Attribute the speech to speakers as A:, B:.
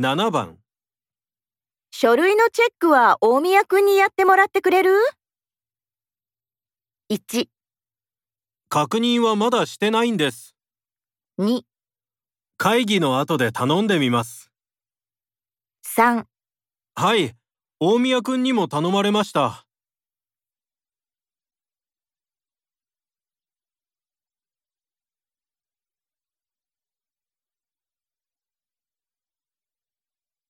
A: 7番
B: 書類のチェックは大宮くんにやってもらってくれる ?1、
A: 確認はまだしてないんです
B: 2、
A: 会議の後で頼んでみます
B: 3
A: はい大宮くんにも頼まれました